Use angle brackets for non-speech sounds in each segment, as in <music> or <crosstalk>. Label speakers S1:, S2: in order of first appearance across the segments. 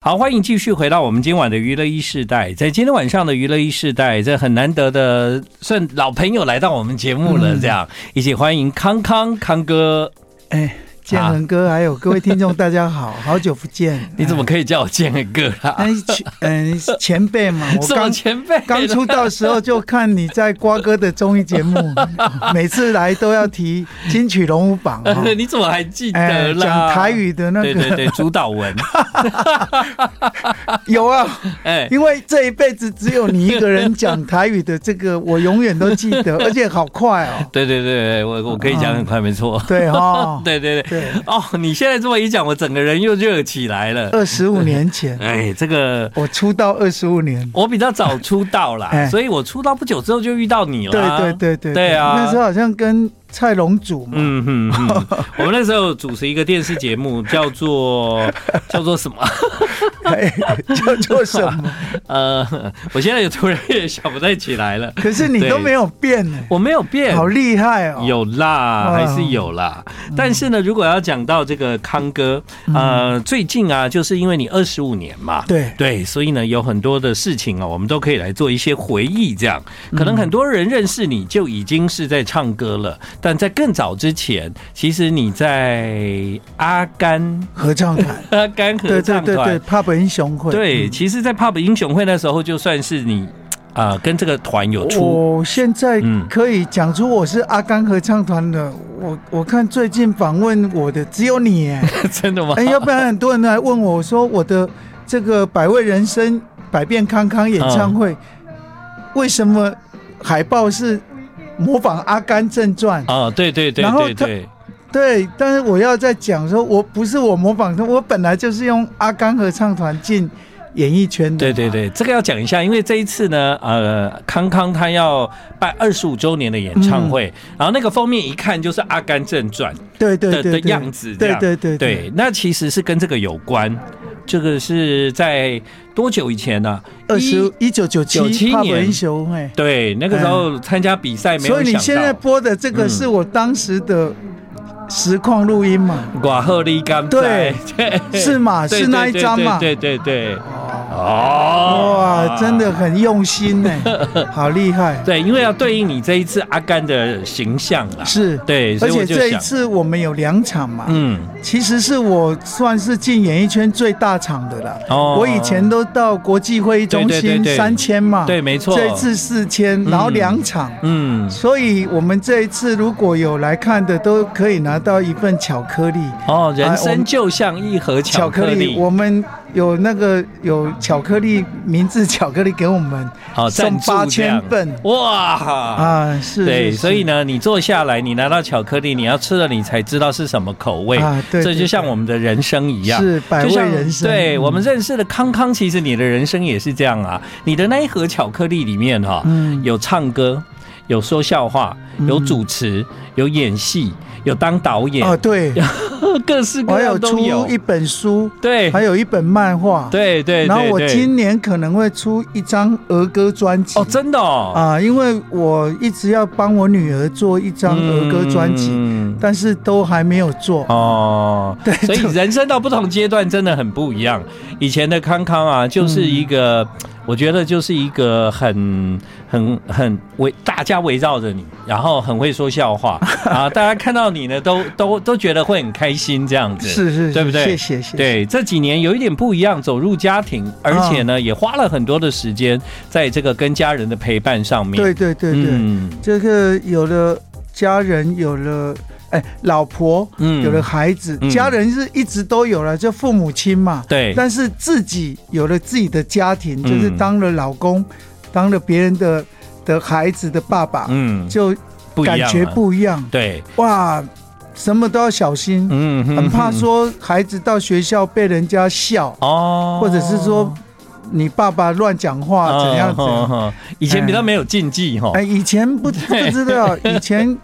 S1: 好，欢迎继续回到我们今晚的娱乐一世代。在今天晚上的娱乐一世代，这很难得的，算老朋友来到我们节目了，这样、一起欢迎康康康哥。
S2: 嗯哎，建恒哥，还有各位听众，大家好，好久不见。
S1: <laughs> 你怎么可以叫我建恒哥啦？
S2: 哎？前嗯，前辈
S1: <laughs>
S2: 嘛，我
S1: 什么
S2: 刚
S1: 前辈？
S2: 刚
S1: <laughs>
S2: 出道时候就看你在瓜哥的综艺节目， <laughs> 每次来都要提金曲龙虎
S1: <laughs>
S2: 榜哈。
S1: 呃你怎么还记得
S2: 哦哎，
S1: 啦？
S2: 讲台语的那
S1: 对对
S2: 个
S1: 对，主导
S2: <laughs>
S1: 文，
S2: 有啊，
S1: 哎，
S2: 因为这一辈子只有你一个人讲台语的这个，我永远都记
S1: <laughs>
S2: 得，而且好快哦。
S1: 对对对对，我我可以讲很快，没错，，
S2: 对哈
S1: <laughs> 对对对，
S2: 对，
S1: 哦，你现在这么一讲，我整个人又热起来了。
S2: 二十五年前，
S1: 哎，这个
S2: 我出道二十五年。
S1: 我比较早出道啦，
S2: 哎
S1: 所以我出道不久之后就遇到你了。
S2: 对对对对
S1: 对啊
S2: 那时候好像跟蔡龙祖嘛，
S1: 嗯哼 <laughs> 哼，我们那时候主持一个电视节目，叫 <laughs> 做叫做什么？
S2: <laughs> 哎叫做什
S1: <laughs>
S2: 么？
S1: 呃，我现在也突然也想不太起来了。
S2: 可是你都没有变呢、
S1: 我没有变，啊嗯
S2: 好厉害哦！
S1: 有啦，
S2: 哇
S1: 还是有啦。但是呢，如果要讲到这个康哥，呃，最近啊，就是因为你二十五年嘛，
S2: 对
S1: 对，所以呢，有很多的事情啊，我们都可以来做一些回忆。这样，可能很多人认识你就已经是在唱歌了，但在更早之前，其实你在阿甘
S2: 合
S1: <laughs>，
S2: 唱团
S1: 阿甘合
S2: 对对
S1: 唱团，
S2: 对对，Pub 嗯英雄会，
S1: 对其实，在 Pub 英雄会那时候，就算是你啊、呃跟这个团有出。
S2: 我现在
S1: 嗯
S2: 可以讲出我是阿甘合唱团的。我我看最近访问我的只有你哎，
S1: <laughs> 真的吗？
S2: <laughs> 哎，要不然很多人来问我，我说我的这个百味人生百变康康演唱会，
S1: 嗯
S2: 为什么海报是模仿《阿甘正传》？
S1: 啊、对对对
S2: 然后
S1: 对
S2: 他
S1: 对，
S2: 对，但是我要再讲说，我不是我模仿他，我本来就是用阿甘合唱团进演艺圈的。
S1: 对对，对，这个要讲一下，因为这一次呢，呃，康康他要办二十五周年的演唱
S2: 嗯
S1: 会，然后那个封面一看就是《阿甘正传》
S2: 对对
S1: 的
S2: 对
S1: 的
S2: 对，
S1: 样子，这
S2: 对
S1: 样
S2: 对对对，
S1: 对，那其实是跟这个有关。这个是在多久以前呢、
S2: 二十一九九
S1: 97
S2: 七帕
S1: 年
S2: 文雄哎，
S1: 对，那个时候参加比赛没有
S2: 所
S1: 想
S2: 以
S1: 到，
S2: 你现在播的这个是我当时的实况录音嘛？
S1: 寡赫利甘 <laughs>
S2: 对
S1: 对
S2: 是嘛
S1: 对
S2: 是那一张嘛
S1: 对对对，对对
S2: 哦，
S1: 哦
S2: 哇，真的很用
S1: <laughs>
S2: 心哎，好厉害！
S1: 对，因为要对应你这一次阿甘的形象啦，
S2: 是，
S1: 对，所
S2: 而
S1: 以我
S2: 且
S1: 就
S2: 这一
S1: 想
S2: 次我们有两场嘛，
S1: 嗯，
S2: 其实是我算是进演艺圈最大场的了。
S1: 哦
S2: 我以前都到国际会议中
S1: 对对对
S2: 心
S1: 对
S2: 三千嘛，
S1: 对，没错，
S2: 这一次四千，然后两场。
S1: 嗯，
S2: 所以，我们这一次如果有来看的，都可以拿到一份巧克力。
S1: 哦，人
S2: 哎我
S1: 生
S2: 们
S1: 就像一盒巧克力，
S2: 我们有那个有巧克力名字巧克力给我们
S1: 好赞
S2: 送
S1: 助
S2: 八
S1: 这
S2: 千
S1: 样
S2: 份
S1: 哇！
S2: 啊，是，
S1: 对，
S2: 是
S1: 所以，呢，你坐下来，你拿到巧克力，你要吃了，你才知道是什么口味。
S2: 啊对
S1: 这
S2: 对
S1: 就像我们的人生一样，
S2: 是百
S1: 就
S2: 味
S1: 像
S2: 人生
S1: 对、
S2: 嗯
S1: 我们认识的康康，其实你的人生也是这样啊。你的那一盒巧克力里面哈、
S2: 嗯
S1: 有唱歌，有说笑话，有主持，有演戏，有当导演，
S2: 哦，
S1: <laughs>
S2: 对，
S1: 各式
S2: 我
S1: 各
S2: 还有
S1: 样都
S2: 出
S1: 有。
S2: 一本书，
S1: 对
S2: 还有一本漫画，
S1: 对对对，
S2: 然后我
S1: 对
S2: 今年可能会出一张儿歌专辑
S1: 哦，真的哦，
S2: 啊，因为我一直要帮我女儿做一张儿歌专辑，
S1: 嗯
S2: 但是都还没有做。
S1: 哦，
S2: 对
S1: 所以人生到不同阶段真的很不一样。以前的康康啊，就是一个，
S2: 嗯
S1: 我觉得就是一个很很很围大家围绕着你，然后很会说笑
S2: <laughs>
S1: 话啊，大家看到你呢，都都都觉得会很开心这样子，
S2: 是是是，
S1: 对不对？
S2: 谢谢谢谢。
S1: 对，这几年有一点不一样，走入家庭，而且
S2: 嗯
S1: 呢，也花了很多的时间在这个跟家人的陪伴上面。
S2: 对对对对，
S1: 嗯
S2: 这个有了家人，有了哎老婆，
S1: 嗯
S2: 有了孩子，
S1: 嗯
S2: 家人是一直都有了，就父母亲嘛。
S1: 对，
S2: 但是自己有了自己的家庭，就是
S1: 嗯
S2: 当了老公，当了别人的的孩子的爸爸，
S1: 嗯，
S2: 就
S1: 不一样
S2: 感
S1: 啊，
S2: 觉不一样。
S1: 对，
S2: 哇，什么都要小心，
S1: 嗯，哼
S2: 很怕
S1: 哼
S2: 说孩子到学校被人家笑，
S1: 哦，嗯
S2: 或者是说你爸爸乱讲话怎样怎样。
S1: 样？以前比较没有禁忌哈
S2: 哎，，以前不不知道，
S1: <laughs>
S2: 以前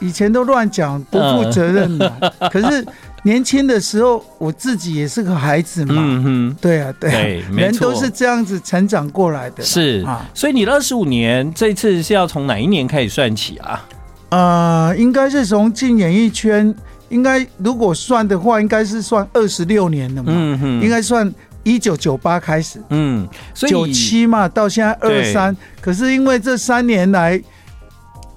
S2: 以前都乱讲，不负
S1: 嗯
S2: 责任的。可是年轻的时候，我自己也是个孩子嘛，
S1: 嗯哼，
S2: 对啊，对啊，
S1: 对，没
S2: 人
S1: 错
S2: 都是这样子成长过来的。
S1: 是
S2: 啊，
S1: 所以你的二十五年，这次是要从哪一年开始算起啊？
S2: 呃，应该是从进演艺圈，应该如果算的话，应该是算二十六年了嘛。
S1: 嗯哼
S2: 应该算一九九八开始，
S1: 嗯，所以
S2: 九七嘛，到现在二
S1: 对
S2: 三，可是因为这三年来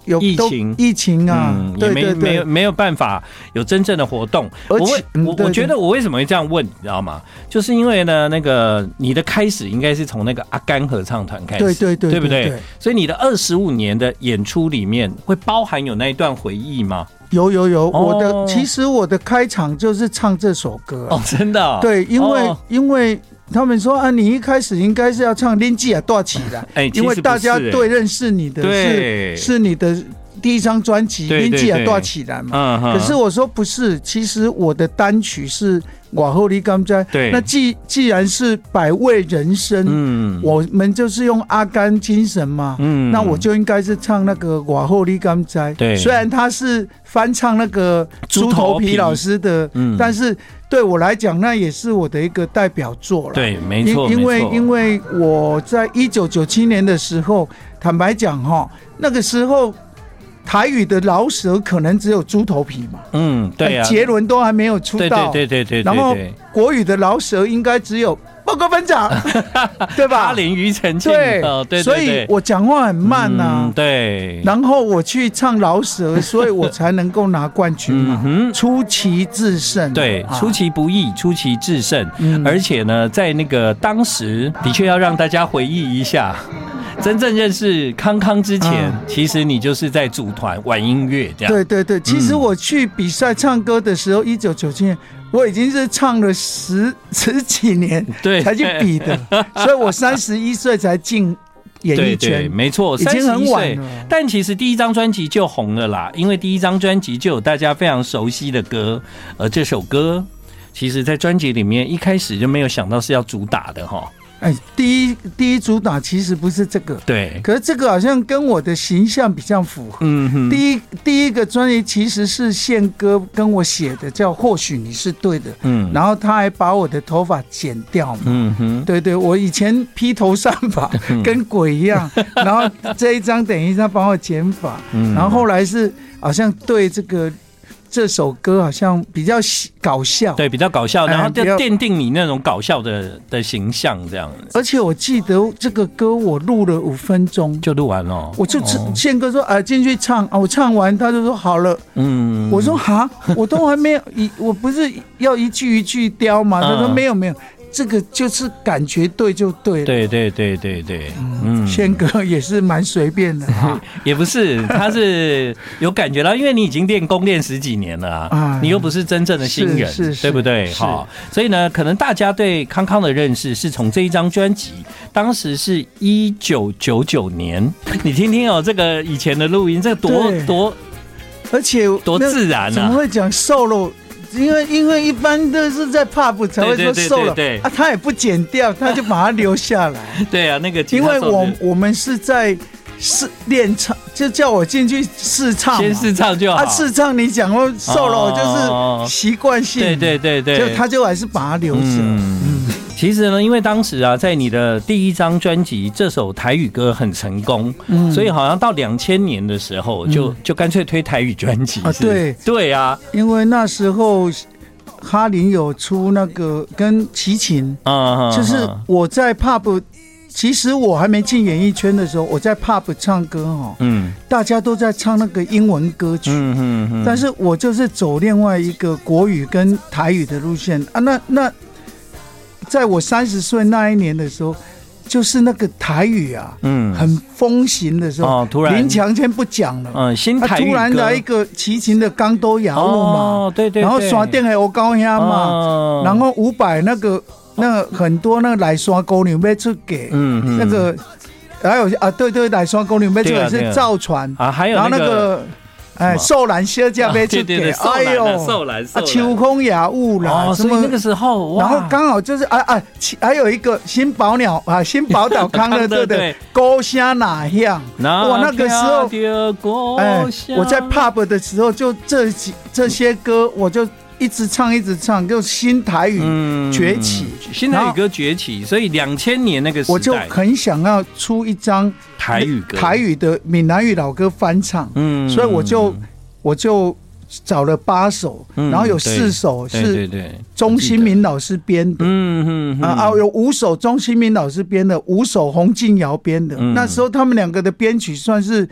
S2: 有
S1: 疫
S2: 都
S1: 情
S2: 疫情啊，
S1: 嗯，也
S2: 对
S1: 没
S2: 对
S1: 没有
S2: 对，
S1: 没有办法有真正的活动。
S2: 而
S1: 我
S2: 且
S1: 为
S2: 嗯
S1: 我
S2: 对
S1: 我
S2: 对
S1: 觉得我为什么会这样问，你知道吗？就是因为呢，那个你的开始应该是从那个阿甘合唱团开始，
S2: 对对对
S1: 对不对
S2: 对？
S1: 所以你的二十五年的演出里面会包含有那一段回忆吗？
S2: 有有有，
S1: 哦
S2: 我的其实我的开场就是唱这首歌啊、
S1: 哦，真的哦、
S2: 对，因为、
S1: 哦
S2: 因为他们说啊，你一开始应该是要唱《林吉亚多起的》，
S1: 哎其实
S2: 因为大家
S1: 不是哎
S2: 对认识你的
S1: 对
S2: 是是你的第一张专辑《
S1: 对对
S2: 林吉亚
S1: 对
S2: 多起来》嘛。
S1: 嗯哼
S2: 可是我说不是，其实我的单曲是《往后离甘斋》。
S1: 对
S2: 那既既然是百味人生，
S1: 嗯
S2: 我们就是用阿甘精神嘛。
S1: 嗯
S2: 那我就应该是唱那个《瓦后利甘斋》，
S1: 对
S2: 虽然他是翻唱那个
S1: 猪
S2: 猪
S1: 头
S2: 头
S1: 皮
S2: 皮老师的，
S1: 嗯
S2: 但是对我来讲，那也是我的一个代表作了。，
S1: 对，没
S2: 因
S1: 错，
S2: 因为
S1: 没错
S2: 因为我在一九九七年的时候，坦白讲哈，那个时候台语的饶舌可能只有猪头皮嘛，
S1: 嗯对啊，
S2: 杰伦都还没有出
S1: 对
S2: 道，
S1: 对对对对对，
S2: 然后
S1: 对
S2: 国语的饶舌应该只有报告
S1: <laughs>
S2: 班长，对吧？
S1: 阿林庾澄庆，
S2: 对，
S1: 哦对，对
S2: 所以
S1: 对
S2: 我讲话很慢呐、啊
S1: 嗯对，
S2: 然后我去唱
S1: <laughs>
S2: 饶舌，所以我才能够拿冠军
S1: 嗯
S2: 嘛，
S1: 哼，
S2: 出奇制胜啊、
S1: 对，
S2: 啊
S1: 出，其不意，出其制胜。
S2: 嗯
S1: 而且呢，在那个当时，的确要让大家回忆一下，真正认识康康之前，
S2: 嗯
S1: 其实你就是在组团玩音乐这样。
S2: 对对
S1: 嗯
S2: 对，其实我去比赛唱歌的时候，一九九七年我已经是唱了十十几年
S1: 对
S2: 才去
S1: <laughs>
S2: 比的，所以我三十一岁才进演艺
S1: 对
S2: 圈，
S1: 对，没错，
S2: 已经很
S1: 31
S2: 晚
S1: 岁。
S2: 了。
S1: 但其实第一张专辑就红了啦，因为第一张专辑就有大家非常熟悉的歌，而这首歌其实，在专辑里面一开始就没有想到是要主打的哈。
S2: 哎，第一第一主打其实不是这个，
S1: 对，
S2: 可是这个好像跟我的形象比较符合。
S1: 嗯哼，
S2: 第一第一个专辑其实是宪哥跟我写的，叫《或许你是对的》，
S1: 嗯
S2: 然后他还把我的头发剪掉嘛。
S1: 嗯哼，
S2: 对对，我以前披头散发，跟鬼一
S1: <laughs>
S2: 样。然后这一张等于他帮我剪发，
S1: 嗯
S2: 然后后来是好像对这个这首歌好像比较喜搞笑，
S1: 对，比较搞笑，
S2: 哎
S1: 然后就
S2: 比较
S1: 奠定你那种搞笑的的形象，这样
S2: 而且我记得这个歌我录了五分钟，
S1: 就录完了。
S2: 我就
S1: 哦
S2: 宪哥说啊进去唱啊，我唱完他就说好了。
S1: 嗯
S2: 我说哈，我都还没
S1: <laughs>
S2: 有一，我不是要一句一句雕吗？他说
S1: 嗯
S2: 没有没有，这个就是感觉对就对了。
S1: 对对对对对，嗯，
S2: 宪哥也是蛮随
S1: <laughs>
S2: 便的哈，
S1: 也不是，他是有感觉到，因为你已经练功练十几年了啊
S2: <laughs> 啊，
S1: 你又不是真正的新人
S2: 是是，是
S1: 对不对？
S2: 是
S1: 好，所以呢，可能大家对康康的认识是从这一张专辑，当时是一九九九年， <laughs> 你听听哦，这个以前的录音，这个多
S2: 对
S1: 多
S2: 而且
S1: 多
S2: 那
S1: 自然
S2: 怎么
S1: 啊，
S2: 会讲瘦肉？因为因为一般都是在 pub 才会
S1: 对对
S2: 说
S1: 对
S2: 瘦了
S1: 对对
S2: 啊，他也不剪掉，他就把它留
S1: <laughs>
S2: 下来，
S1: 对啊，那个吉
S2: 因
S1: 他
S2: 为
S1: 手
S2: 我
S1: 是
S2: 我们是在试练唱，就叫我进去试唱嘛，
S1: 先试唱就好，
S2: 啊试唱，你讲我瘦了，
S1: 哦
S2: 我就是习惯性，
S1: 对对对对，
S2: 就他就还是把它留着，
S1: 嗯
S2: 嗯。
S1: 其实呢，因为当时啊，在你的第一张专辑，这首台语歌很成功，
S2: 嗯
S1: 所以好像到两千年的时候，就、就干脆推台语专辑
S2: 啊
S1: 是
S2: 对
S1: 对啊，
S2: 因为那时候哈林有出那个跟齐秦，
S1: 嗯，
S2: 就是我在 pub，其实我还没进演艺圈的时候，我在 pub 唱歌哦，
S1: 嗯
S2: 大家都在唱那个英文歌曲。
S1: 嗯嗯嗯，
S2: 但是我就是走另外一个国语跟台语的路线啊，那那，在我三十岁那一年的时候，就是那个台语啊
S1: 嗯
S2: 很风行的时候，
S1: 哦突然
S2: 林强先不讲了，
S1: 嗯新
S2: 他
S1: 台语
S2: 突
S1: 歌、
S2: 然来一个齐秦的《钢都雅物》嘛，
S1: 哦，对对对，
S2: 然后刷电还我高压嘛，
S1: 哦
S2: 然后五百那个那个很多那个来刷沟牛被出给
S1: 嗯嗯
S2: 那个，还有啊对对来刷沟牛被出
S1: 对啊
S2: 给
S1: 对啊
S2: 是造船，
S1: 啊还有
S2: 然后那
S1: 那个。
S2: 个
S1: 什么
S2: 哎
S1: 啊
S2: 寿兰歇架被出
S1: 对对
S2: 给，
S1: 对，受
S2: 哎
S1: 难了，
S2: 呦
S1: 受难，受
S2: 啊
S1: 难
S2: 秋空雅物啦
S1: 哦，
S2: 什
S1: 所以
S2: 么
S1: 那。个时候，哇
S2: 然后刚好就是啊啊，其还有一个新宝鸟啊，新宝岛康
S1: <laughs>
S2: 乐
S1: 对
S2: 队
S1: 对
S2: 的高虾哪样？哇，那个时候
S1: 候
S2: 哎，我在 pub 的时候，就这几这些歌，我就一直唱，一直唱，就新台语，
S1: 嗯
S2: 崛起
S1: 新台语歌崛起，所以两千年那个时代，
S2: 我就很想要出一张
S1: 台语歌，
S2: 台，语的闽南语老歌翻唱，
S1: 嗯
S2: 所以我就我就找了八首，
S1: 嗯
S2: 然后有四首
S1: 对对
S2: 是
S1: 对，
S2: 钟兴民老师编的，
S1: 嗯嗯
S2: 啊啊，有五首钟兴民老师编的，五首洪敬尧编的。
S1: 嗯
S2: 那时候他们两个的编曲算是，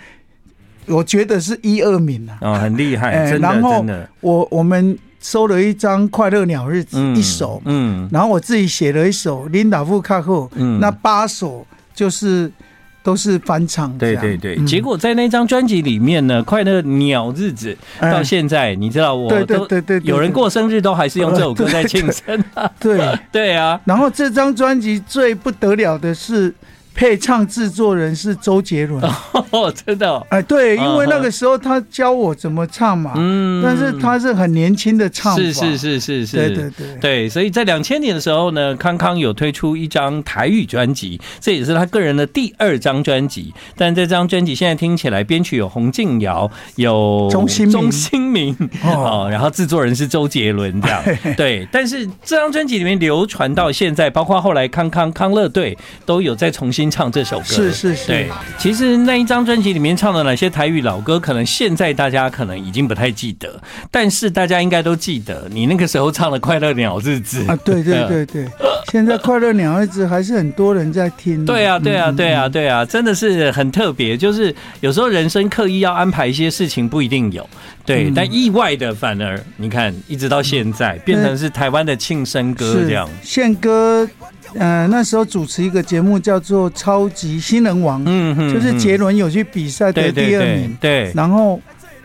S2: 我觉得是一二名啊。
S1: 哦，很厉害，
S2: 哎
S1: 真的
S2: 然后
S1: 真的，
S2: 我我们收了一张《快乐鸟日子》
S1: 嗯
S2: 一首，
S1: 嗯
S2: 然后我自己写了一首《琳达夫卡后》，
S1: 嗯
S2: 那八首就是都是翻唱这
S1: 对
S2: 样。
S1: 对对，
S2: 嗯
S1: 结果在那张专辑里面呢，《快乐鸟日子》
S2: 哎
S1: 到现在，你知道我
S2: 对对
S1: 都
S2: 对对，对
S1: 有人过生日都还是用这首歌
S2: <laughs>
S1: 在庆生，
S2: 对。
S1: 对啊， <laughs>
S2: 然后这张专辑最不得了的是配唱制作人是周杰伦。
S1: 哦，真的哦，
S2: 哎，对，
S1: 嗯
S2: 因为那个时候他教我怎么唱嘛，
S1: 嗯
S2: 啊但是他是很年轻的唱法，
S1: 是是，是是是，
S2: 对对对，
S1: 对，所以在两千年的时候呢，康康有推出一张台语专辑，这也是他个人的第二张专辑。但这张专辑现在听起来，编曲有洪敬尧，有
S2: 钟兴民
S1: 钟兴民哦
S2: 哦
S1: 然后制作人是周杰伦这样。对，但是这张专辑里面流传到现在，包括后来康康康乐队都有再重新唱这首歌。
S2: 是是是
S1: 对，其实那一张专辑里面唱的哪些台语老歌，可能现在大家可能已经不太记得，但是大家应该都记得你那个时候唱的《快乐鸟日子》
S2: 啊，对对对
S1: <laughs>
S2: 对，现在快乐鸟儿子还是很多人在听，
S1: 对啊，对啊，
S2: 嗯
S1: 对啊，对啊，真的是很特别。就是有时候人生刻意要安排一些事情，不一定有对，
S2: 嗯
S1: 但意外的反而你看，一直到现在变成是台湾的庆生歌这样
S2: 是。宪哥，呃，那时候主持一个节目叫做《超级新人王》，
S1: 嗯哼
S2: 就是杰伦有去比赛
S1: 对
S2: 得
S1: 对
S2: 第二
S1: 对
S2: 名，
S1: 对，
S2: 然后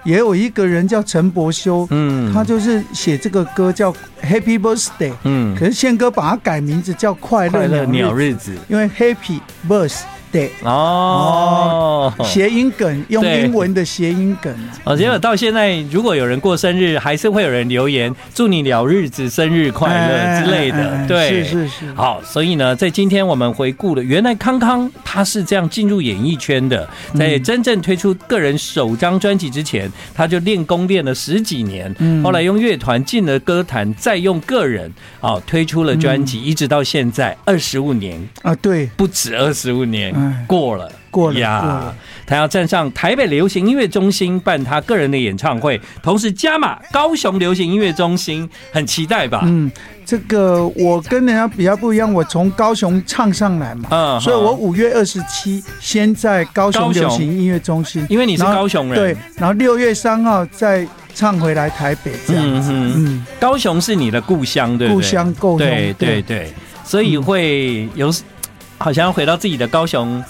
S2: 也有一个人叫陈柏修，
S1: 嗯
S2: 他就是写这个歌叫《Happy Birthday》。
S1: 嗯
S2: 可是宪哥把它改名字叫快
S1: 快
S2: 乐
S1: 乐
S2: 鸟
S1: 鸟
S2: 日
S1: 日子
S2: 因为 Happy Birthday
S1: 哦。
S2: 谐音梗，用
S1: 对
S2: 英文的谐音梗。啊
S1: 哦，结果到现在，如果有人过生日，还是会有人留言祝你了日子、生日快乐之类
S2: 哎哎哎
S1: 的。
S2: 哎
S1: 对，
S2: 是是是。
S1: 好，所以呢，在今天我们回顾了，原来康康他是这样进入演艺圈的，
S2: 嗯
S1: 在真正推出个人首张专辑之前，他就练功练了十几年，
S2: 嗯
S1: 后来用乐团进了歌坛，再用个人哦推出了专
S2: 嗯
S1: 辑，一直到现在二十五年，
S2: 啊，对，
S1: 不止二十五年
S2: 哎
S1: 过了。
S2: 过了过了，
S1: 他要站上台北流行音乐中心办他个人的演唱会，同时加码高雄流行音乐中心，很期待吧？
S2: 嗯，这个我跟人家比较不一样，我从高雄唱上来嘛，
S1: 嗯
S2: 所以我
S1: 好
S2: 五月二十七先在高
S1: 高
S2: 雄
S1: 雄
S2: 流行音乐中心，
S1: 因为你是
S2: 然后
S1: 高雄人，
S2: 对，然后六月三号再唱回来台北这样子，
S1: 嗯
S2: 嗯，
S1: 高雄是你的故乡，对不对？
S2: 故乡够用，
S1: 对对对，所以会有、好像回到自己的高雄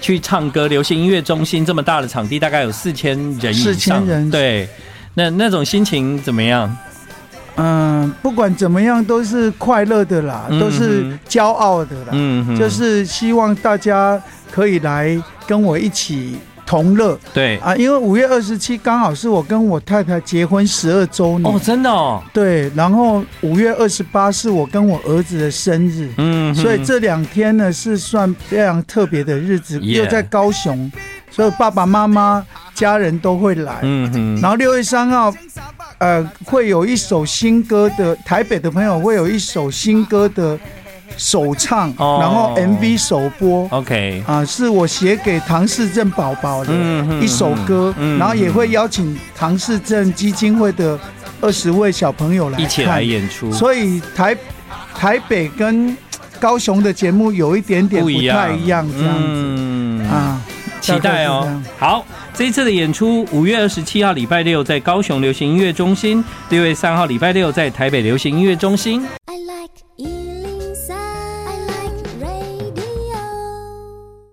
S1: 去唱歌，流行音乐中心这么大的场地，大概有四千人以上，
S2: 4000人
S1: 对。那那种心情怎么样？
S2: 嗯，不管怎么样都是快乐的啦，
S1: 嗯
S2: 都是骄傲的啦，
S1: 嗯哼，
S2: 就是希望大家可以来跟我一起同乐
S1: 对
S2: 啊，因为五月二十七刚好是我跟我太太结婚十二周年，
S1: 哦，真的哦，
S2: 对，然后五月二十八是我跟我儿子的生日。
S1: 嗯哼，
S2: 所以这两天呢是算非常特别的日子
S1: Yeah
S2: 又在高雄，所以爸爸妈妈、家人都会来。
S1: 嗯哼，
S2: 然后六月三号，呃，会有一首新歌的，台北的朋友会有一首新歌的首唱，
S1: 哦
S2: 然后 MV 首播。
S1: OK，
S2: 啊，是我写给唐氏症宝宝的
S1: 嗯哼
S2: 一首歌，
S1: 嗯
S2: 然后也会邀请唐氏症基金会的二十位小朋友来
S1: 一起来
S2: 看
S1: 演出，
S2: 所以台台北跟高雄的节目有一点点不太一样，这样子、
S1: 嗯
S2: 啊，
S1: 期待
S2: 大概是这
S1: 哦
S2: 样。
S1: 好，这一次的演出，五月二十七号礼拜六在高雄流行音乐中心，六月三号礼拜六在台北流行音乐中心。
S3: I like Ealing Sound. I like radio.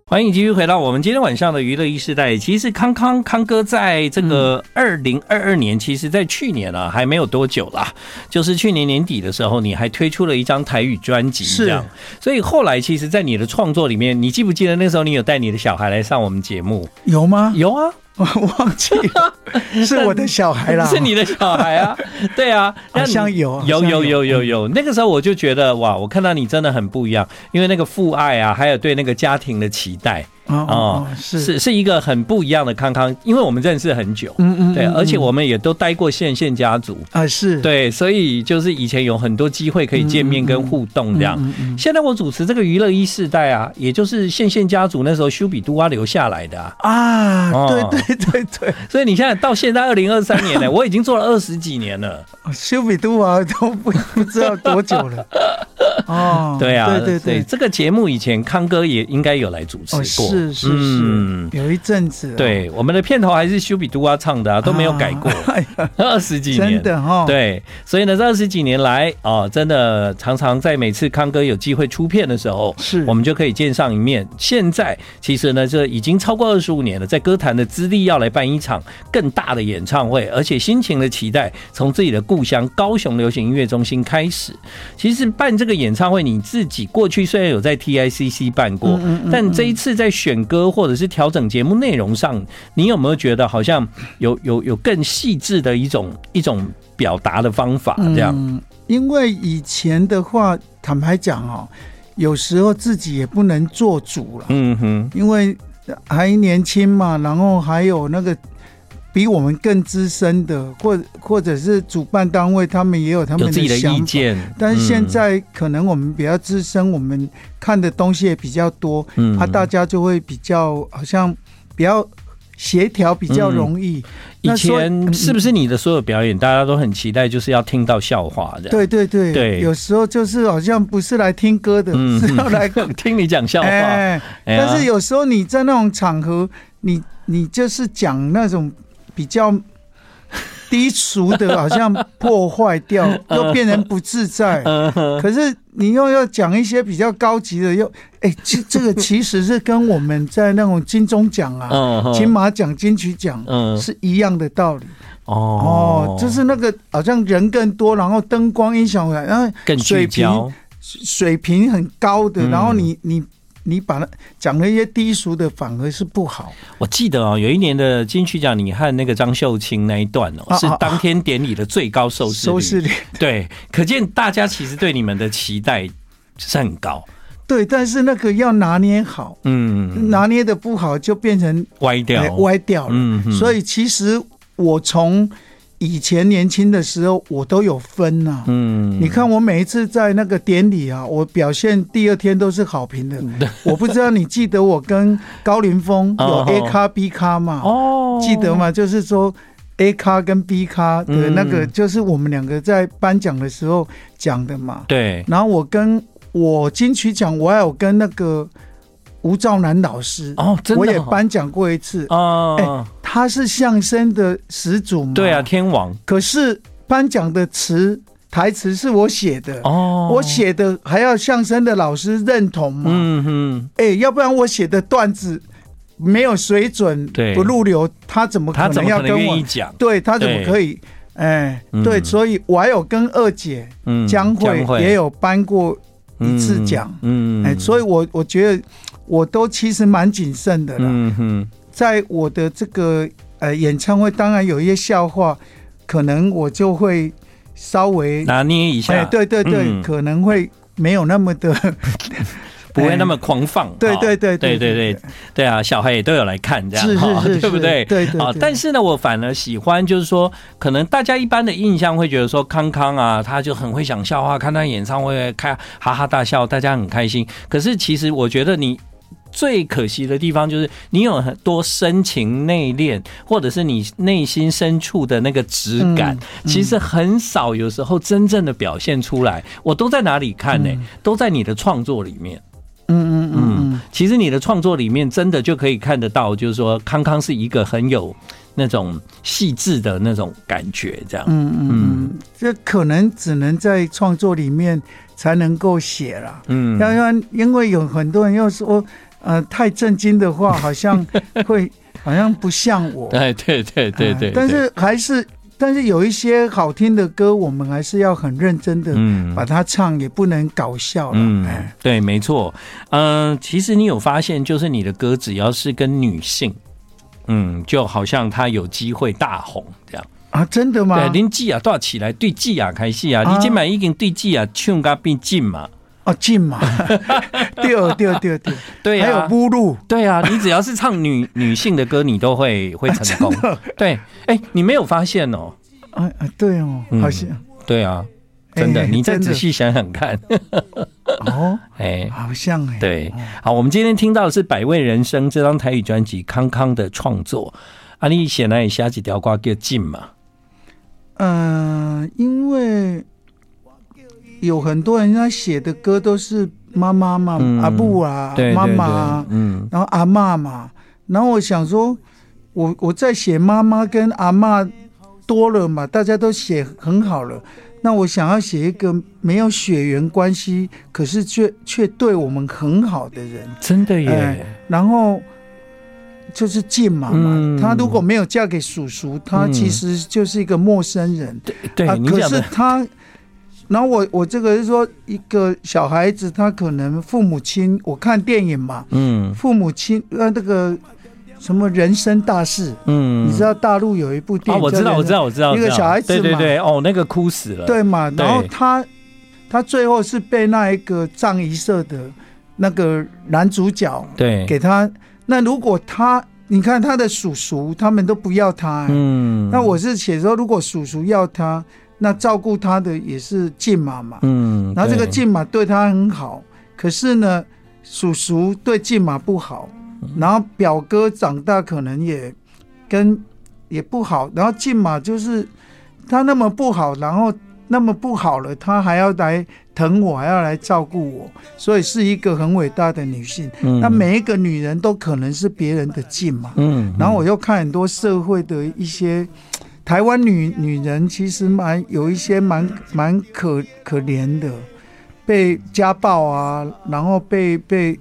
S1: 欢迎继续回到我们今天晚上的娱乐一世代。其实康康康哥在这个
S2: 嗯
S1: 二零二二年，其实在去年啊，还没有多久啦，就是去年年底的时候，你还推出了一张台语专辑，
S2: 是
S1: 这样。所以后来，其实，在你的创作里面，你记不记得那时候你有带你的小孩来上我们节目？<laughs>
S2: 有吗？
S1: 有啊，
S2: 我忘记了，是我的小孩啦，
S1: 是你的小孩
S2: <laughs>
S1: 啊，对啊，那
S2: 好
S1: 你
S2: 像有
S1: 有
S2: 好
S1: 有
S2: 像有嗯
S1: 有有有，那个时候我就觉得哇，我看到你真的很不一样，因为那个父爱啊，还有对那个家庭的期待，
S2: 哦哦
S1: 哦
S2: 哦，是
S1: 是是一个很不一样的康康，因为我们认识很久，
S2: 嗯嗯
S1: 对，
S2: 嗯
S1: 而且
S2: 嗯
S1: 我们也都待过县县家族，
S2: 啊是
S1: 对，所以就是以前有很多机会可以见面跟互动这样。
S2: 嗯嗯嗯
S1: 现在我主持这个娱乐一世代啊，也就是县县家族那时候修比都啊留下来的啊，
S2: 啊，
S1: 哦
S2: 对对对对，
S1: 所以你现在到现在二零二三
S2: <laughs>
S1: 年呢，我已经做了二十几年了。
S2: 修比都啊都不不知道多久了，哦，
S1: 对啊，
S2: 对对对，
S1: 这个节目以前康哥也应该有来主持过，
S2: 哦是是是
S1: 嗯，
S2: 有一阵子，，啊
S1: 对，我们的片头还是修比都啊唱的、啊，都没有改过，
S2: <laughs> 哎呀
S1: 二十、几年
S2: <laughs> 真。的哈，，
S1: 对，所以呢，这二十几年来啊、哦真的常常在每次康哥有机会出片的时候，
S2: 是
S1: 我们就可以见上一面。现在其实呢，这已经超过二十五年了，在歌坛的资历要来办一场更大的演唱会，而且心情的期待从自己的故乡高雄流行音乐中心开始。其实办这个演唱会，你自己过去虽然有在 TICC 办过，
S2: 嗯嗯嗯
S1: 但这一次在选歌或者是调整节目内容上，你有没有觉得好像有有有更细致的一种一种表达的方法这样？
S2: 嗯，因为以前的话，坦白讲哦，有时候自己也不能做主了，
S1: 嗯哼，
S2: 因为还年轻嘛，然后还有那个比我们更资深的，或或者是主办单位他们也有他
S1: 有
S2: 们
S1: 自己的
S2: 想
S1: 意
S2: 法。
S1: 见，
S2: 但是现
S1: 嗯
S2: 在可能我们比较资深，我们看的东西也比较多，
S1: 嗯
S2: 啊，大家就会比较好像比较协调比较容易。
S1: 以
S2: 那所以
S1: 前
S2: 嗯
S1: 是不是你的所有表演，大家都很期待，就是要听到笑话的？，
S2: 对对对，
S1: 对
S2: 有时候就是好像不是来听歌的，
S1: 嗯
S2: 是要
S1: <laughs>
S2: 来
S1: 听你讲笑话。
S2: 哎，
S1: 哎呀
S2: 但是有时候你在那种场合，你你就是讲那种比较低俗的，好像破坏
S1: <laughs>
S2: 掉，又变成不自在。
S1: 嗯
S2: 可是你又要讲一些比较高级的，又哎，这这个其实是跟我们在那种金钟奖啊、
S1: 嗯哼
S2: 金马奖、金曲奖
S1: 嗯
S2: 是一样的道理。
S1: 哦
S2: 哦，就是那个好像人更多，然后灯光音响，然后
S1: 更聚
S2: 水平
S1: 焦。
S2: 水平很高的，
S1: 嗯
S2: 然后你你你把它讲了一些低俗的，反而是不好。
S1: 我记得哦，有一年的金曲奖，你和那个张秀清那一段哦，
S2: 啊
S1: 是
S2: 啊
S1: 当天典礼的最高收视率
S2: 收视率
S1: <laughs>
S2: <laughs>
S1: 对，可见大家其实对你们的期待是很高。
S2: 对，但是那个要拿捏好，
S1: 嗯，
S2: 拿捏的不好就变成
S1: 歪掉
S2: 哎，歪掉了。
S1: 嗯哼
S2: 所以其实我从以前年轻的时候，我都有分呐、
S1: 嗯
S2: 你看，我每一次在那个典礼啊，我表现第二天都是好评的。我不知道你记得我跟高凌风有
S1: 嗯 <laughs> 哦
S2: A 咖 B 咖嘛？
S1: 哦，
S2: 记得？吗？就是说 A 咖跟 B 咖的那个，
S1: 嗯
S2: 就是我们两个在颁奖的时候讲的嘛。
S1: 对，
S2: 然后我跟我金曲奖，我还有跟那个吴兆南老师，
S1: 哦，真的哦
S2: 我也颁奖过一次。
S1: 啊，
S2: 他是相声的始祖嘛，
S1: 对啊，。天王
S2: 可是颁奖的词台词是我写的，
S1: 哦，
S2: 我写的还要相声的老师认同嘛。
S1: 嗯哼，
S2: 哎、要不然我写的段子没有水准，
S1: 对
S2: 不入流，他怎么可
S1: 他怎
S2: 能
S1: 么
S2: 要
S1: 可能
S2: 跟
S1: 愿
S2: 我
S1: 意？讲？
S2: 对他怎么
S1: 对
S2: 可以？哎，
S1: 嗯
S2: 对，所以我还有跟二姐
S1: 嗯
S2: 江慧也有颁过，一次讲，
S1: 嗯
S2: 哎，所
S1: 以
S2: 以我我觉得我都其实蛮谨慎的啦。
S1: 嗯哼，
S2: 在我的这个呃演唱会，当然有一些笑话，可能我就会稍微
S1: 拿捏一下，
S2: 哎，，对对对，
S1: 嗯
S2: 可能会没有那么的，
S1: 不会那么狂放，
S2: 哎对
S1: 哦
S2: 对对
S1: 对对对
S2: 对，
S1: 对啊，小孩也都有来看这样，
S2: 是
S1: 哦
S2: 是是，
S1: 对不
S2: 是
S1: 对？
S2: 对对
S1: 啊，
S2: 对
S1: 但是呢，我反而喜欢，就是说，可能大家一般的印象会觉得说，康康啊，他就很会讲笑话，看他演唱会开哈哈大笑，大家很开心。可是其实我觉得你。最可惜的地方就是你有很多深情内敛，或者是你内心深处的那个质
S2: 嗯
S1: 感，其实很少有时候真正的表现出来。我都在哪里看呢、都在你的创作里面。
S2: 嗯嗯嗯
S1: 嗯
S2: 嗯，，
S1: 其实你的创作里面真的就可以看得到，就是说康康是一个很有那种细致的那种感觉，这样。
S2: 嗯嗯嗯，这可能只能在创作里面才能够写了。
S1: 嗯
S2: 要要，因为有很多人又说，呃，太震惊的话，
S1: <laughs>
S2: 好像会，好像不像我。
S1: 哎，对对对对，
S2: 啊但
S1: 对
S2: 是还是，但是有一些好听的歌，我们还是要很认真的
S1: 嗯
S2: 把它唱，也不能搞笑了。
S1: 嗯
S2: 哎，
S1: 对，没错。嗯，其实你有发现，就是你的歌只要是跟女性。嗯，就好像他有机会大红这样。
S2: 啊，真的吗
S1: 对，？林志雅都要起来对季雅开戏啊，
S2: 啊
S1: 你今晚已经对季雅唱到变进嘛。
S2: 哦，
S1: <laughs>
S2: 进嘛，对哦对对对，
S1: 对啊
S2: 还有
S1: 呀、
S2: 乌路，
S1: 对啊，你只要是唱女女性的歌，你都会会成功。
S2: 啊 <laughs> 真的
S1: 对，哎、你没有发现哦？
S2: 啊啊，对哦，
S1: 嗯
S2: 好像
S1: 对啊，真的，
S2: 哎
S1: 你再
S2: 真的
S1: 仔细想想看。
S2: <laughs> 哦，
S1: 哎、
S2: 好像哎，
S1: 对，好，我们今天听到的是《百味人生》这张台语专辑康康的创作。啊，你显然也写几条歌叫进嘛？
S2: 嗯、因为有很多人他写的歌都是妈妈嘛，
S1: 嗯
S2: 阿布啊
S1: 对，，
S2: 妈
S1: 对
S2: 妈啊
S1: 对，，嗯，
S2: 然后阿嬷嘛，然后我想说，我我在写妈妈跟阿嬷多了嘛，大家都写很好了，那我想要写一个没有血缘关系，可是却却对我们很好的人，
S1: 真的耶，
S2: 哎然后就是静妈嘛，
S1: 嗯
S2: 她如果没有嫁给叔叔，她
S1: 嗯
S2: 其实就是一个陌生人。
S1: 对对，
S2: 啊，
S1: 你
S2: 可
S1: 讲
S2: 是
S1: 的
S2: 他，然后我我这个是说一个小孩子，他可能父母亲，我看电影嘛，
S1: 嗯
S2: 父母亲呃那个什么人生大事，
S1: 嗯，
S2: 你知道大陆有一部电
S1: 啊？
S2: 影，
S1: 我知道，我知，道，我知道，
S2: 一
S1: 我
S2: 个
S1: 知道
S2: 小孩子
S1: 对对
S2: 嘛
S1: 对，哦，那个哭死了，
S2: 对嘛？
S1: 对
S2: 然后他他最后是被那一个葬仪社的那个男主角
S1: 对，
S2: 给他，那如果他你看他的叔叔他们都不要他、哎
S1: 嗯，
S2: 那我是写说，如果叔叔要他，那照顾他的也是静妈妈。
S1: 嗯，
S2: 然后这个
S1: 对
S2: 静马对他很好，可是呢，叔叔对静马不好，
S1: 嗯
S2: 然后表哥长大可能也跟也不好，然后静马就是他那么不好，然后那么不好了，他还要来疼我，还要来照顾我，所以是一个很伟大的女性。
S1: 嗯
S2: 那每一个女人都可能是别人的静马，
S1: 嗯，
S2: 然后我又看很多社会的一些台湾女女人，其实蛮有一些蛮蛮可可怜的，被家暴啊，然后被被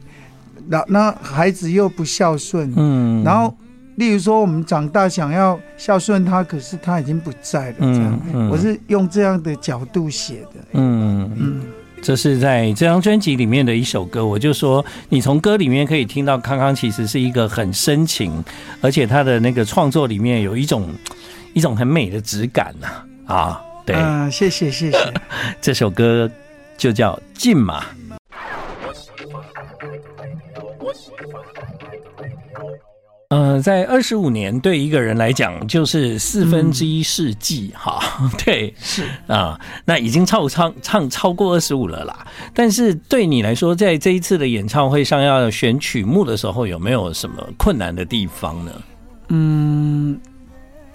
S2: 那那孩子又不孝顺，
S1: 嗯，
S2: 然后例如说我们长大想要孝顺他，可是他已经不在了，这样
S1: 嗯，嗯
S2: 我是用这样的角度写的，
S1: 嗯嗯。这是在这张专辑里面的一首歌，我就说，你从歌里面可以听到康康其实是一个很深情，而且他的那个创作里面有一种一种很美的质感呐啊对，
S2: 嗯、谢谢谢谢。
S1: <laughs> 这首歌就叫《进嘛》。呃，在二十五年对一个人来讲，就是四分之一世纪哈、 <laughs> 对，是啊、那已经超唱唱超过二十五了啦。但是对你来说，在这一次的演唱会上要选曲目的时候，有没有什么困难的地方呢？
S2: 嗯，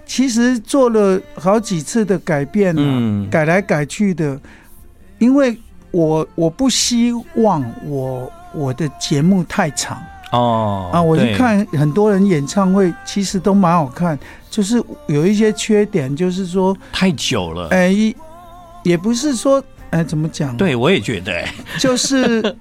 S2: 其实做了好几次的改变啊了、
S1: 嗯
S2: 改来改去的，因为我我不希望我我的节目太长
S1: 哦
S2: 啊。我去
S1: 对
S2: 看很多人演唱会，其实都蛮好看，就是有一些缺点，就是说，
S1: 太久了，
S2: 哎、一也不是说，哎、怎么讲？，
S1: 嗯对我也觉得、哎
S2: <laughs> 就是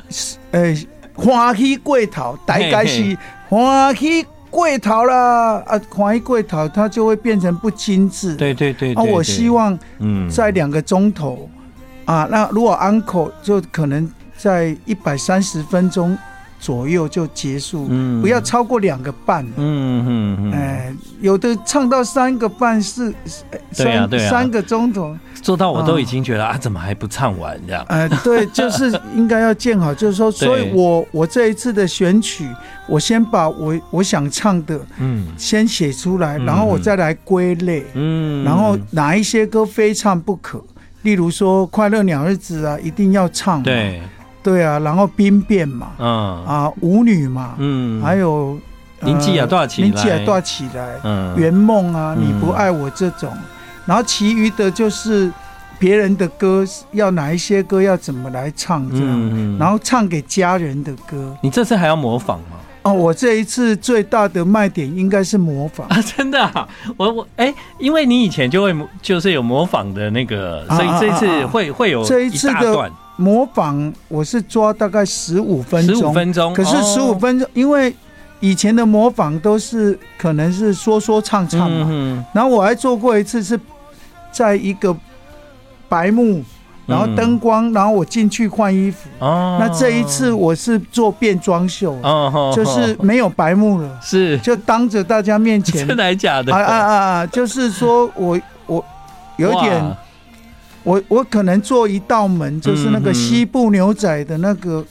S2: 呃，欢喜过头，大概
S1: 嘿
S2: 是欢喜过头啦啊，欢喜过头，它就会变成不精致。
S1: 对对对
S2: 啊，
S1: 对
S2: 我
S1: 对
S2: 希望
S1: 嗯
S2: 在两个钟头啊，那如果 uncle 就可能在一百三十分钟左右就结束，
S1: 嗯
S2: 不要超过两个半。
S1: 嗯嗯嗯，
S2: 哎、有的唱到三个半是
S1: 对啊
S2: 三、
S1: 对啊
S2: 三个钟头，
S1: 做到我都已经觉得啊，怎么还不唱完这样？
S2: 呃，
S1: <laughs>
S2: 对，就是应该要建好，就是说，所以
S1: 对
S2: 我我这一次的选曲，我先把我我想唱的
S1: 嗯
S2: 先写出来，
S1: 嗯
S2: 然后我再来归类，
S1: 嗯
S2: 然后哪一些歌非唱不可？例如说《快乐鸟日子》啊，一定要唱嘛。
S1: 对，
S2: 对啊，然后《兵变》嘛，
S1: 嗯
S2: 啊，《舞女》嘛，
S1: 嗯，
S2: 还有呃
S1: 林记也大起来
S2: 林记也大起来，
S1: 嗯
S2: 圆梦》啊，《
S1: 嗯
S2: 你不爱我》这种，然后其余的就是别人的歌，要哪一些歌要怎么来唱这样，
S1: 嗯
S2: 然后唱给家人的歌。
S1: 你这次还要模仿吗？
S2: 哦，我这一次最大的卖点应该是模仿。
S1: <laughs> 啊，真的、啊，我我哎、因为你以前就会模就是有模仿的那个，
S2: 啊
S1: 所以
S2: 啊
S1: 这一
S2: 啊
S1: 次
S2: 啊
S1: 会会有
S2: 这一次的
S1: 大段
S2: 模仿我是抓大概十五分
S1: 十
S2: 钟，
S1: 五分钟，
S2: 可是
S1: 哦
S2: 十五分钟，因为以前的模仿都是可能是说说唱唱嘛，
S1: 嗯嗯
S2: 然后我还做过一次是在一个白幕，
S1: 嗯
S2: 然后灯光，然后我进去换衣服。
S1: 哦
S2: 那这一次我是做变装秀，
S1: 哦，哦
S2: 就是没有白幕了，
S1: 是
S2: 就当着大家面
S1: <laughs>
S2: 前啊
S1: 真的还假的？
S2: 啊啊啊啊，就是说我我有一点
S1: 哇嗯
S2: 我我可能做一道门，就是那个西部牛仔的那个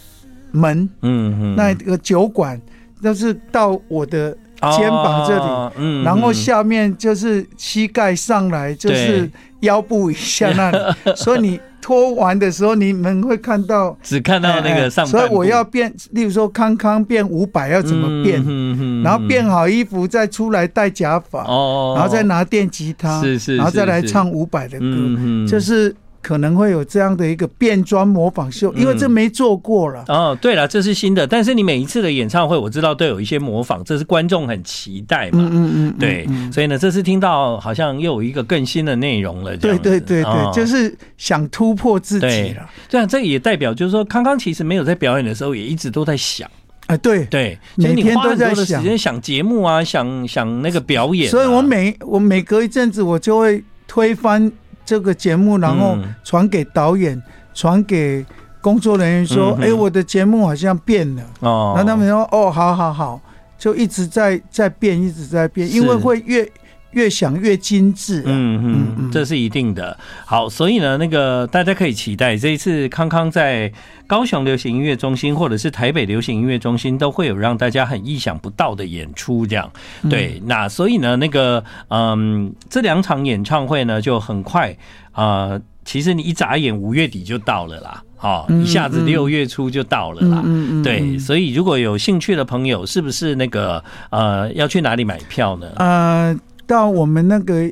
S2: 门，
S1: 嗯嗯，
S2: 那个酒馆，就是到我的肩膀这里，
S1: 哦，嗯
S2: 然后
S1: 嗯
S2: 下面就是膝盖上来，就是
S1: 对
S2: 腰部以下那
S1: <laughs>
S2: 里，所以你脱完的时候，你们会看到。
S1: 只看到那
S2: 哎哎
S1: 个上半部，
S2: 所以我要变，例如说康康变五百要怎么变，
S1: 嗯
S2: 然后变好衣服再出来戴假发，
S1: 哦，
S2: 然后再拿电吉他，
S1: 是是
S2: 然后再来
S1: 是是
S2: 唱伍佰的歌，
S1: 嗯嗯
S2: 就是可能会有这样的一个变装模仿秀，因为这没做过了。
S1: 哦，嗯对了，这是新的，但是你每一次的演唱会，我知道都有一些模仿，这是观众很期待嘛。
S2: 嗯嗯
S1: 对，所以呢，这次听到好像又有一个更新的内容了。这
S2: 对
S1: 样子
S2: 对对
S1: 哦
S2: 对，就是想突破自己
S1: 对
S2: 了。
S1: 这样，这也代表就是说，康康其实没有在表演的时候，也一直都在想，
S2: 啊，对。
S1: 对，
S2: 每
S1: 所以你
S2: 天
S1: 花
S2: 都
S1: 很多
S2: 在
S1: 的时间想节目啊，想想那个表演啊、
S2: 所以我每我每隔一阵子，我就会推翻这个节目，然后
S1: 嗯
S2: 传给导演，传给工作人员说
S1: 嗯：“哼
S2: 哎，我的节目好像变了。”
S1: 哦，
S2: 然后他们说：“哦，好好好，就一直在在变，一直在变，
S1: 是
S2: 因为会越越想越精致、啊。”
S1: 嗯
S2: 嗯
S1: 嗯，
S2: 嗯
S1: 这是一定的。好，所以呢，那个大家可以期待这一次康康在高雄流行音乐中心或者是台北流行音乐中心都会有让大家很意想不到的演出，这样。嗯
S2: 嗯
S1: 对，那所以呢，那个嗯，这两场演唱会呢就很快啊、呃其实你一眨眼五月底就到了啦，哦，
S2: 嗯
S1: 一下子
S2: 嗯
S1: 六月初就到了啦。
S2: 嗯嗯嗯，
S1: 对，
S2: 嗯
S1: 所以如果有兴趣的朋友，是不是那个呃要去哪里买票呢？
S2: 呃，到我们那个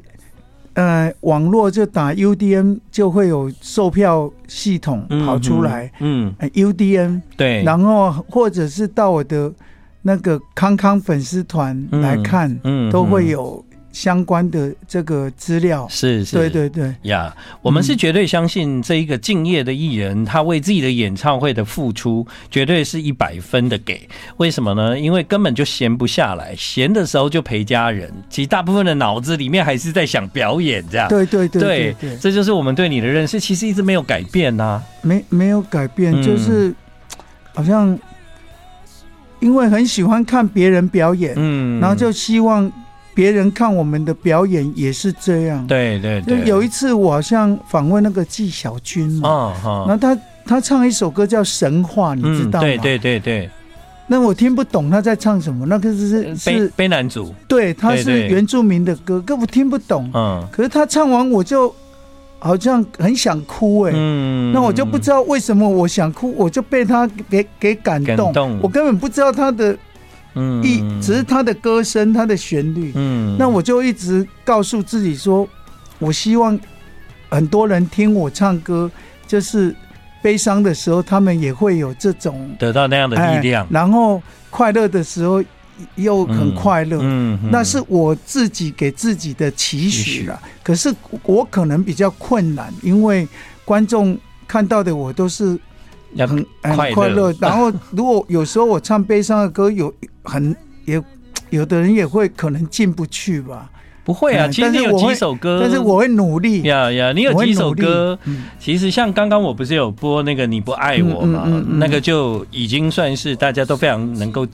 S2: 呃网络就打 UDN 就会有售票系统
S1: 嗯
S2: 跑出来、，
S1: 嗯，
S2: 呃 UDN，
S1: 对，
S2: 然后或者是到我的那个康康粉丝团来看，
S1: 嗯
S2: 都会
S1: 有。
S2: 有相关的这个资料。
S1: 是是，
S2: 对对对，
S1: 呀我们
S2: 嗯
S1: 是绝对相信这一个敬业的艺人，他为自己的演唱会的付出，绝对是一百分的给。为什么呢？因为根本就闲不下来，闲的时候就陪家人，其实大部分的脑子里面还是在想表演这样。
S2: 对对对对对，
S1: 这就是我们啊对你的认识，其实一直没有改变啊呐、
S2: 没没有改变，
S1: 嗯
S2: 就是好像因为很喜欢看别人表演，
S1: 嗯，
S2: 然后就希望别人看我们的表演也是这样。
S1: 对对
S2: 就
S1: 对，
S2: 有一次我好像访问那个纪晓君嘛，
S1: 啊哈嗯
S2: 然后他他唱一首歌叫《神话》，你知道吗？
S1: 对对对对，
S2: 那我听不懂他在唱什么，那个是
S1: 悲
S2: 是，
S1: 呃悲男主，
S2: 对，他
S1: 对
S2: 是
S1: 对
S2: 原住民的歌，可我听不懂。
S1: 嗯
S2: 可是他唱完我就好像很想哭哎、
S1: 嗯
S2: 那我就不知道为什么我想哭，我就被他给给感
S1: 感
S2: 动，
S1: 动
S2: 我根本不知道他的
S1: 嗯
S2: 意，只是他的歌声、他的旋律。
S1: 嗯
S2: 那我就一直告诉自己说，我希望很多人听我唱歌，就是悲伤的时候，他们也会有这种
S1: 得到那样的力量
S2: 哎，然后快乐的时候又很快乐。
S1: 嗯，嗯
S2: 那是我自己给自己的期许了，可是我可能比较困难，因为观众看到的我都是
S1: 要
S2: 很
S1: 快乐
S2: 很
S1: <laughs>
S2: 快乐。然后如果有时候我唱悲伤的歌，有很也有的人也会可能进不去吧。
S1: 不会啊，
S2: 嗯
S1: 其实
S2: 但是
S1: 你有
S2: 我
S1: 几
S2: 会
S1: 首歌，
S2: 但是我会努力，
S1: 呀呀，你有
S2: 我会
S1: 几首
S2: 努力
S1: 歌，
S2: 嗯
S1: 其实像刚刚我不是有播那个你不爱我嘛，
S2: 嗯嗯嗯嗯
S1: 那个就已经算是大家都非常能够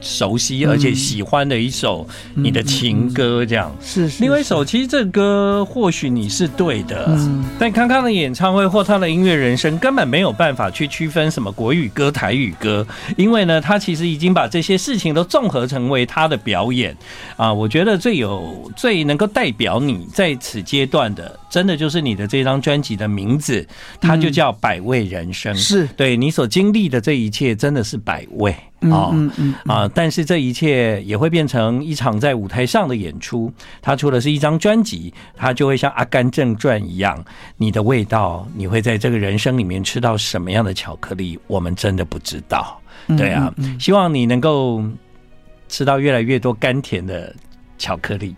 S1: 熟悉
S2: 嗯
S1: 而且喜欢的一首你的情歌这样。
S2: 是是。
S1: 另外一首，其实这歌或许你是对的，
S2: 嗯
S1: 但康康的演唱会或他的音乐人生根本没有办法去区分什么国语歌、台语歌，因为呢，他其实已经把这些事情都综合成为他的表演啊。我觉得最有、最能够代表你在此阶段的，真的就是你的这张专辑的名字，它就叫《百味人生》。
S2: 嗯是
S1: 对你所经历的这一切，真的是百味
S2: 嗯
S1: 啊。
S2: 嗯嗯
S1: 啊、但是这一切也会变成一场在舞台上的演出。它除了是一张专辑，它就会像《阿甘正传》一样，你的味道，你会在这个人生里面吃到什么样的巧克力，我们真的不知道。
S2: 嗯
S1: 对啊，
S2: 嗯嗯
S1: 希望你能够吃到越来越多甘甜的巧克力。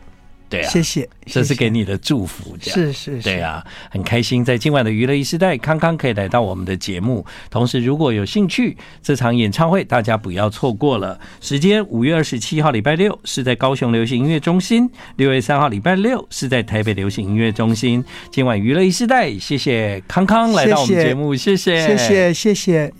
S1: 对啊，
S2: 谢谢，
S1: 这是
S2: 谢谢
S1: 给你的祝福。这样
S2: 是是是，
S1: 对啊，很开心在今晚的娱乐一时代，康康可以来到我们的节目。同时，如果有兴趣，这场演唱会大家不要错过了。时间五月二十七号礼拜六是在高雄流行音乐中心，六月三号礼拜六是在台北流行音乐中心。今晚娱乐一时代，谢谢康康来到我们
S2: 谢谢
S1: 节目，谢谢，
S2: 谢谢谢谢。